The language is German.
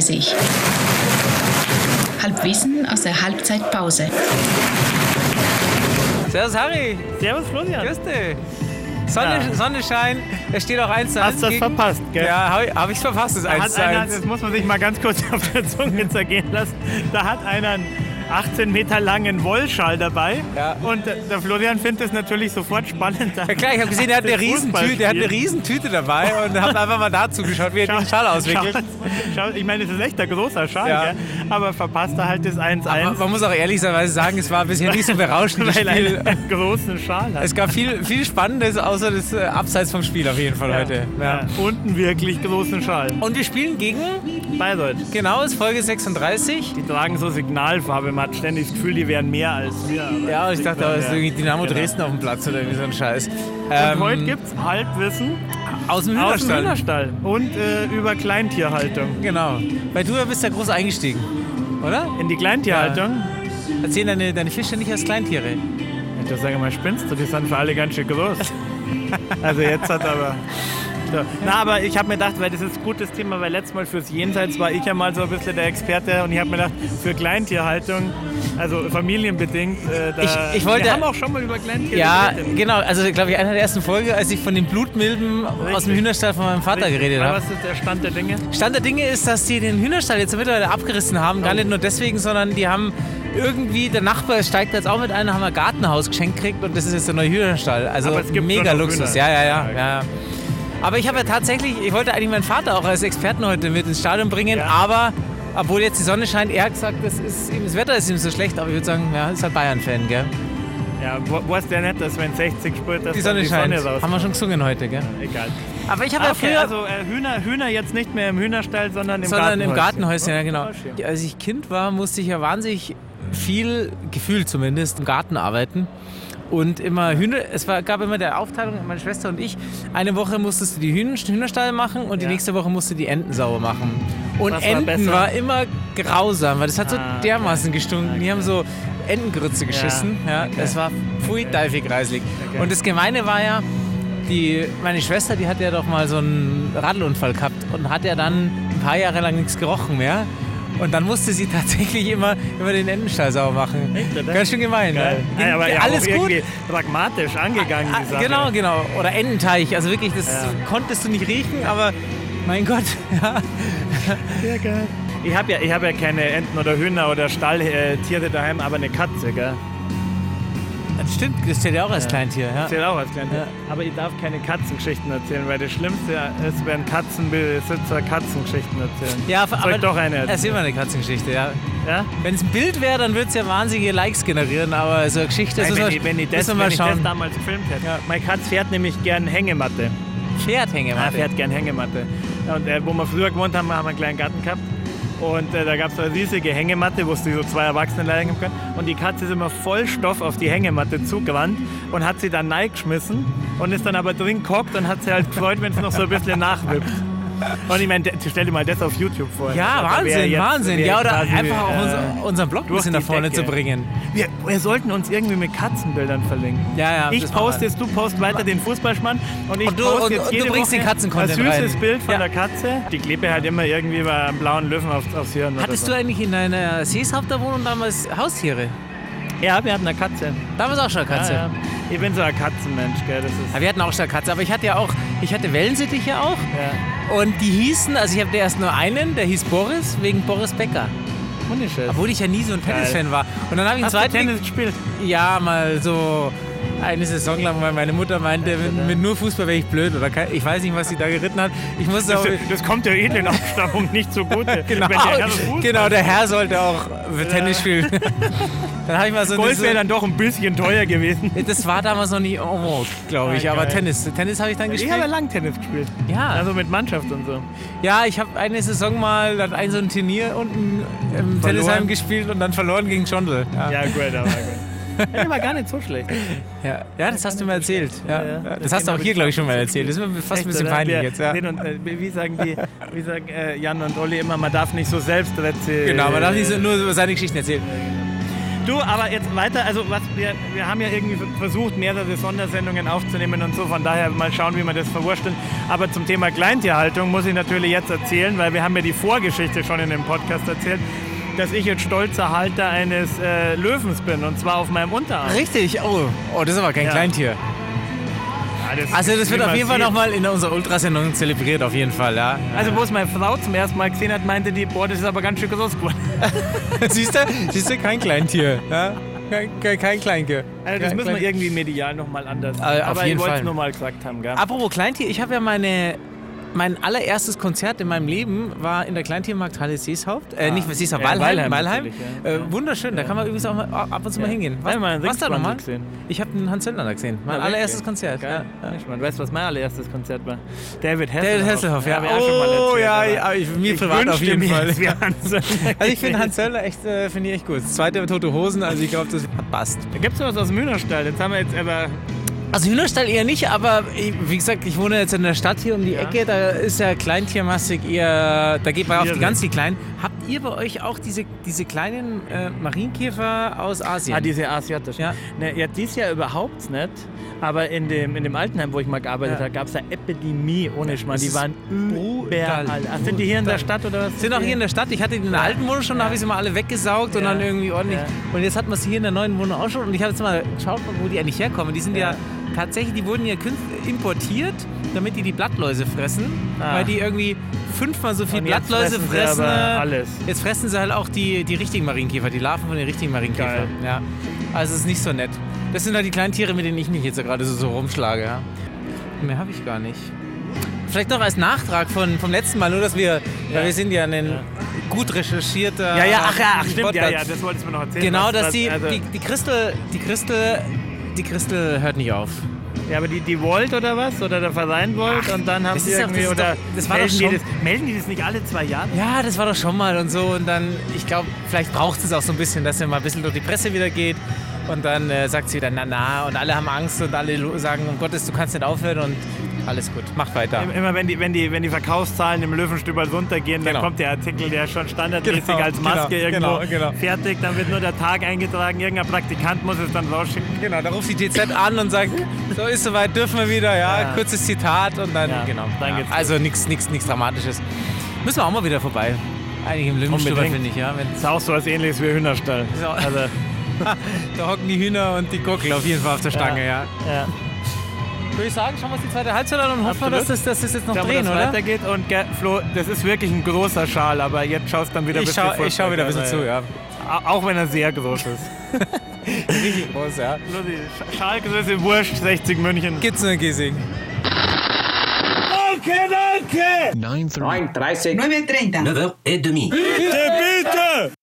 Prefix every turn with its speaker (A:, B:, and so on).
A: sich. Halbwissen aus der Halbzeitpause.
B: Servus Harry,
C: Servus Florian.
B: grüß dich. Sonne,
C: Ja.
B: Sonnenschein, es steht auch 1 zu 1.
C: Hast du das
B: gegen-
C: verpasst, gell?
B: Ja, habe hab ich's verpasst, das
C: Da
B: 1
C: hat
B: zu
C: einer,
B: 1.
C: das muss man sich mal ganz kurz auf der Zunge zergehen lassen. Da hat einer einen 18 Meter langen Wollschal dabei.
B: Ja.
C: Und der- der Florian findet es natürlich sofort spannend.
B: Ja klar, ich habe gesehen, der hat, eine Riesentüte, der hat eine Riesentüte dabei und habe einfach mal da zugeschaut, wie er den Schal auswickelt.
C: Schau, ich meine, es ist echt ein großer Schal,
B: Ja.
C: gell? aber verpasst er halt das 1-1.
B: Man, man muss auch ehrlicherweise sagen, es war bisher nicht so berauschend. das
C: weil
B: Spiel.
C: er einen großen Schal hat.
B: Es gab viel, viel Spannendes, außer das äh, Abseits vom Spiel auf jeden Fall heute. Ja.
C: Ja. Und einen wirklich großen Schal.
B: Und wir spielen gegen,
C: Bayreuth.
B: genau, ist Folge 36.
C: Die tragen so Signalfarbe. Man hat ständig das Gefühl, die wären mehr als wir. aber
B: Ja,
C: das
B: ich
C: liegt
B: dachte,
C: an
B: da ist
C: der-
B: irgendwie Dynamo
C: Genau.
B: Dresden auf dem Platz oder irgendwie so ein Scheiß. Ähm,
C: Und heute gibt's Halbwissen
B: aus dem
C: aus dem
B: Hühnerstall.
C: Hühnerstall und äh, über Kleintierhaltung.
B: Genau. Weil du ja bist ja groß eingestiegen, oder? Äh,
C: In die Kleintierhaltung?
B: Erzählen deine, deine Fische nicht als Kleintiere.
C: Ich würde sagen, mal spinnst du, die sind für alle ganz schön groß. also jetzt hat aber... So. Na, aber ich habe mir gedacht, weil das ist ein gutes Thema, weil letztes Mal fürs Jenseits war ich ja mal so ein bisschen der Experte und ich habe mir gedacht, für Kleintierhaltung, also familienbedingt, äh, da,
B: Ich- ich wollte-
C: wir haben auch schon mal über Kleintiere
B: Ja,
C: geredet.
B: genau. Also, glaube ich, einer der ersten Folge, als ich von den Blutmilben aus dem
C: Richtig.
B: Hühnerstall von meinem Vater geredet
C: Aber
B: habe.
C: Was ist der Stand der Dinge?
B: Stand der Dinge ist, dass die den Hühnerstall jetzt mittlerweile abgerissen haben. Gar nicht nur deswegen, sondern die haben irgendwie, der Nachbar steigt da jetzt auch mit ein, haben ein Gartenhaus geschenkt gekriegt und das ist jetzt der neue Hühnerstall. Also
C: Aber es gibt
B: mega
C: schon noch
B: Luxus. Ja,
C: Hühner.
B: ja, ja,
C: Ja,
B: ja. Aber ich habe ja tatsächlich, ich wollte eigentlich meinen Vater auch als Experten heute mit ins Stadion bringen,
C: Ja.
B: aber obwohl jetzt die Sonne scheint, er hat gesagt, das, ist ihm, das Wetter ist ihm so schlecht, aber ich würde sagen, ja, ist halt Bayern-Fan, gell?
C: Ja, wo, wo ist der nicht, dass wenn 60 spürt, dass
B: Die Sonne
C: dann
B: scheint.
C: die Sonne raus?
B: haben wir schon gesungen heute, gell?
C: Egal.
B: Aber ich habe
C: Ah,
B: ja
C: okay,
B: früher,
C: also äh, Hühner, Hühner jetzt nicht mehr im Hühnerstall, sondern im
B: sondern im
C: Gartenhäuschen.
B: Gartenhäuschen, ja genau.
C: Gartenhäuschen.
B: Ja, Als ich Kind war, musste ich ja wahnsinnig viel, Gefühl zumindest, im Garten arbeiten. Und immer Hühner, es war, gab immer der Aufteilung, meine Schwester und ich, eine Woche musstest du die Hühner, Hühnerstall machen und die
C: Ja.
B: nächste Woche musst du die Enten sauber machen. Und
C: Was war
B: Enten
C: besser?
B: war, immer grausam, weil das hat so
C: Ah, okay. Ah,
B: dermaßen gestunken. Die haben so Entengrütze geschissen. Ja, Es war pfui, deifig, kreislig.
C: Okay.
B: Und das Gemeine war ja, die, meine Schwester, die hat ja doch mal so einen Radlunfall gehabt und hat ja dann ein paar Jahre lang nichts gerochen mehr. Und dann musste sie tatsächlich immer, immer den Entenstall sauber machen.
C: Echt, oder?
B: Ganz schön gemein.
C: Geil.
B: Ja.
C: Ja, aber ja,
B: Alles
C: auch
B: gut.
C: irgendwie pragmatisch angegangen,
B: Ah,
C: die Sache.
B: Genau, genau. Oder Ententeich. Also wirklich, das
C: Ja.
B: konntest du nicht riechen, aber mein Gott. Ja.
C: Ja, geil. Ich habe ja, ich hab ja keine Enten oder Hühner oder Stalltiere daheim, aber eine Katze, gell?
B: Das stimmt, das zählt ja auch als Kleintier. Ja.
C: Zählt auch als Kleintier.
B: Ja.
C: Aber ich darf keine Katzengeschichten erzählen, weil das Schlimmste ist, wenn Katzenbesitzer Katzengeschichten erzählen.
B: Ja,
C: Soll ich doch eine
B: Erzähl
C: erzählen?
B: mal eine Katzengeschichte, ja.
C: Ja?
B: Wenn es ein Bild wäre, dann würde es ja wahnsinnige Likes generieren, aber so eine Geschichte, das
C: Nein,
B: müssen
C: wenn,
B: wir,
C: ich, wenn, ich
B: müssen
C: das,
B: wir
C: wenn
B: mal
C: ich das
B: schauen.
C: damals gefilmt hätte. Mein Katz fährt nämlich gern Hängematte.
B: Pferd hängen,
C: Ah, fährt gern Hängematte. Ja, Und äh, wo wir früher gewohnt haben, haben wir einen kleinen Garten gehabt. Und äh, da gab es eine riesige Hängematte, wo es die so zwei Erwachsene leiden können. Und die Katze ist immer voll Stoff auf die Hängematte zugewandt und hat sie dann neigeschmissen und ist dann aber drin gehockt und hat sie halt gefreut, wenn es noch so ein bisschen nachwippt. Und ich meine, de- stell dir mal das auf YouTube vor.
B: Ja,
C: Also, Da wär
B: Wahnsinn,
C: jetzt-
B: Wahnsinn.
C: wär
B: Ja, oder
C: quasi,
B: einfach auch
C: äh,
B: unser, unseren Blog ein
C: durch
B: bisschen
C: die
B: nach vorne
C: Decke.
B: zu bringen.
C: Wir, wir sollten uns irgendwie mit Katzenbildern verlinken.
B: Ja, ja,
C: Ich
B: das machen
C: poste jetzt, du post weiter den Fußballschmann und ich
B: Und du-
C: poste
B: und-
C: jetzt
B: und du
C: jede
B: bringst
C: Woche
B: den Katzen-Content
C: ein süßes
B: rein.
C: Bild von
B: Ja.
C: der Katze. Die klebe halt immer irgendwie über einen blauen Löwen aufs, aufs Hirn.
B: Hattest du
C: oder
B: eigentlich in deiner Seeshaupterwohnung damals Haustiere?
C: du? Ja, wir hatten eine Katze.
B: Damals auch schon eine Katze.
C: Ja, ja. Ich bin so ein Katzenmensch, gell? Das ist,
B: Ja, wir hatten auch schon eine Katze, aber ich hatte ja auch, ich hatte Wellensittiche auch.
C: ja.
B: Und die hießen, also ich habe erst nur einen, der hieß Boris, wegen Boris Becker.
C: Hundeschiss.
B: Obwohl ich ja nie so ein
C: Geil.
B: Tennisfan war. Und dann habe ich einen
C: Hast du
B: zweiten.
C: Tennis gespielt?
B: Ja, mal so eine Saison lang, weil meine Mutter meinte, mit, mit nur Fußball wäre ich blöd. Oder kein, ich weiß nicht, was sie da geritten hat. Ich musste
C: Das,
B: auch,
C: das kommt der edlen Abstammung nicht zugute.
B: genau,
C: Wenn der Herr Fußball-
B: genau, der Herr sollte auch Tennis spielen. dann habe ich mal so
C: Golf wäre
B: eine,
C: dann doch ein bisschen teuer gewesen.
B: das war damals noch nicht en vogue, glaube ich.
C: Ah,
B: aber
C: geil.
B: Tennis, Tennis habe ich dann
C: Ich
B: gespielt.
C: habe ja lang Tennis gespielt.
B: Ja.
C: Also mit Mannschaft und so.
B: Ja, ich habe eine Saison mal, da hat ein so ein Turnier unten im Tennisheim gespielt und dann verloren gegen Schondel. Ja, ja.
C: Ja, great, aber gut. Der war gar nicht so schlecht.
B: ja. das hast du mir erzählt. Ja.
C: Ja, ja.
B: Das hast du auch hier, glaube ich, schon mal erzählt. Das ist mir fast ein bisschen
C: Oder?
B: peinlich
C: wir,
B: jetzt. Ja.
C: sehen uns, äh, wie sagen, die, wie sagen äh, Jan und Olli immer, man darf nicht so selbst erzählen.
B: Genau, man darf nicht so, nur über seine Geschichten erzählen.
C: Du, aber jetzt weiter, also was wir, wir haben ja irgendwie versucht, mehrere Sondersendungen aufzunehmen und so, von daher mal schauen, wie wir das verwursteln. Aber zum Thema Kleintierhaltung muss ich natürlich jetzt erzählen, weil wir haben ja die Vorgeschichte schon in dem Podcast erzählt, dass ich jetzt stolzer Halter eines äh, Löwens bin und zwar auf meinem Unterarm.
B: Richtig, oh. Oh, das ist aber kein
C: Ja.
B: Kleintier.
C: Ja,
B: Also das
C: wie
B: wird auf
C: man
B: jeden Fall
C: sieht.
B: nochmal in unserer Ultrasendung zelebriert, auf jeden Fall, ja.
C: Also wo es meine Frau zum ersten Mal gesehen hat, meinte die, boah, das ist aber ganz schön groß geworden.
B: siehst, du? siehst du, kein Kleintier. Ja? Kein, kein, kein Kleintier.
C: Also das
B: Kein
C: müssen wir
B: Kleintier.
C: irgendwie medial nochmal anders.
B: Äh, auf
C: aber
B: jeden
C: ich wollte
B: Fall.
C: es nur mal gesagt haben, gell?
B: Apropos Kleintier, ich habe ja meine mein allererstes Konzert in meinem Leben war in der Kleintiermarkthalle Seeshaupt. Äh,
C: Ah.
B: nicht Seeshaupt,
C: Ja,
B: Weilheim.
C: Weilheim
B: Weilheim.
C: natürlich, ja.
B: Äh, wunderschön, da kann man übrigens auch mal, ab und zu mal
C: Ja.
B: hingehen.
C: Hab ich mal einen
B: da
C: Ringsbrand
B: nochmal?
C: gesehen.
B: Ich habe einen Hans Zellner gesehen. Mein
C: Na,
B: allererstes
C: wirklich?
B: Konzert.
C: Geil.
B: Ja. Ja.
C: Ich meine, weißt du, was mein allererstes Konzert war? David Hasselhoff.
B: David Hasselhoff, ja.
C: hab ich auch schon mal
B: Oh,
C: erzählt,
B: ja,
C: aber
B: ja, ich- mir privat
C: wünschte
B: auf jeden
C: mir,
B: Fall.
C: es wäre anders.
B: Also ich finde Hans Zellner echt, äh, finde ich echt gut. Das zweite Tote Hosen, also ich glaube, das passt.
C: Da gibt es was aus dem Hühnerstall. Jetzt haben wir jetzt aber.
B: Also Hühnerstall eher nicht, aber ich, wie gesagt, ich wohne jetzt in der Stadt hier um die
C: Ja.
B: Ecke, da ist ja Kleintiermassig eher, da geht man auf die
C: Schwierig.
B: ganz die Kleinen. Habt ihr bei euch auch diese, diese kleinen äh, Marienkäfer aus Asien?
C: Ah, diese asiatischen.
B: Ja.
C: Ne, ja, dies Jahr überhaupt nicht. Aber in dem, in dem Altenheim, wo ich mal gearbeitet
B: Ja.
C: habe, gab es eine Epidemie ohne Schmarrn.
B: das
C: Die
B: ist
C: waren
B: brutal.
C: überall. Ach, sind die hier in der Stadt oder was?
B: sind auch hier in der Stadt. Ich hatte die in der alten Wohnung schon, da habe ich sie mal alle weggesaugt und
C: Ja.
B: dann irgendwie ordentlich.
C: Ja.
B: Und jetzt hat man sie hier in der neuen Wohnung auch schon. Und ich habe jetzt mal geschaut, wo die eigentlich herkommen. Die sind ja,
C: Ja.
B: tatsächlich, die wurden ja künst- importiert, damit die die Blattläuse fressen.
C: Ah.
B: Weil die irgendwie fünfmal so viel
C: Und jetzt
B: Blattläuse
C: fressen sie
B: fressen.
C: aber
B: äh,
C: alles.
B: Jetzt fressen sie halt auch die, die richtigen Marienkäfer, die Larven von den richtigen Marienkäfern.
C: Geil.
B: Ja. Also es ist nicht so nett. Das sind halt die kleinen Tiere, mit denen ich mich jetzt so gerade so, so rumschlage. Ja. Mehr habe ich gar nicht. Vielleicht noch als Nachtrag von, vom letzten Mal, nur dass wir, weil wir sind ja ein gut recherchierter.
C: Ja, ja, ach ja, ach, stimmt. Ja,
B: Podcast.
C: ja, das wolltest du mir noch erzählen.
B: Genau,
C: was-
B: dass
C: was-
B: die,
C: also-
B: die, die Christel, die Christel, die Christel hört nicht auf.
C: Ja, aber die, die Volt oder was? Oder der Verein Volt? und dann haben
B: das
C: sie
B: ist doch- das
C: irgendwie.
B: ist
C: oder
B: doch- das war doch
C: melden,
B: schon-
C: die das, melden die das nicht alle zwei Jahre?
B: Ja, das war doch schon mal und so. Und dann, ich glaube, vielleicht braucht es auch so ein bisschen, dass er mal ein bisschen durch die Presse wieder geht. Und dann äh, sagt sie wieder, na na, und alle haben Angst und alle lo- sagen, um Gottes, du kannst nicht aufhören und alles gut, macht weiter.
C: Im- Immer wenn die, wenn, die, wenn die Verkaufszahlen im Löwenstüber runtergehen,
B: Genau.
C: dann kommt der Artikel, der schon standardmäßig
B: Genau,
C: als Maske
B: genau,
C: irgendwo
B: genau, genau.
C: fertig, dann wird nur der Tag eingetragen, irgendein Praktikant muss es dann rausschicken.
B: Genau, da ruft die TZ an und sagt, so ist soweit, dürfen wir wieder, ja,
C: Ja.
B: kurzes Zitat und dann,
C: Ja,
B: genau.
C: dann
B: ja.
C: geht's
B: also nichts nix, nix Dramatisches. Müssen wir auch mal wieder vorbei. Eigentlich im Limmenstüber,
C: Unbedingt.
B: finde ich, ja. Wenn,
C: Das ist auch so was ähnliches wie Hühnerstall.
B: So.
C: Also,
B: da hocken die Hühner und die Gockel auf jeden Fall auf der Stange, ja.
C: ja.
B: Würde ich sagen, schauen wir uns die zweite Halbzeit an und hoffen wir,
C: Absolut.
B: dass das, dass das jetzt noch
C: Ich glaube,
B: drehen,
C: dass
B: oder?
C: weitergeht und gell, Flo, das ist wirklich ein großer Schal, aber jetzt schaust dann wieder ein
B: Ich
C: bisschen
B: schaue schau
C: Fußball,
B: wieder ein bisschen
C: also,
B: zu, ja.
C: au- Auch wenn er sehr groß ist.
B: Richtig groß, ja.
C: Nur die Sch- Schalgröße Wurscht, 60 München.
B: Gibt's nur in Giesing.
C: Danke, danke!
D: 9.30.
E: 9.30.
F: et demi.
C: Bitte, bitte!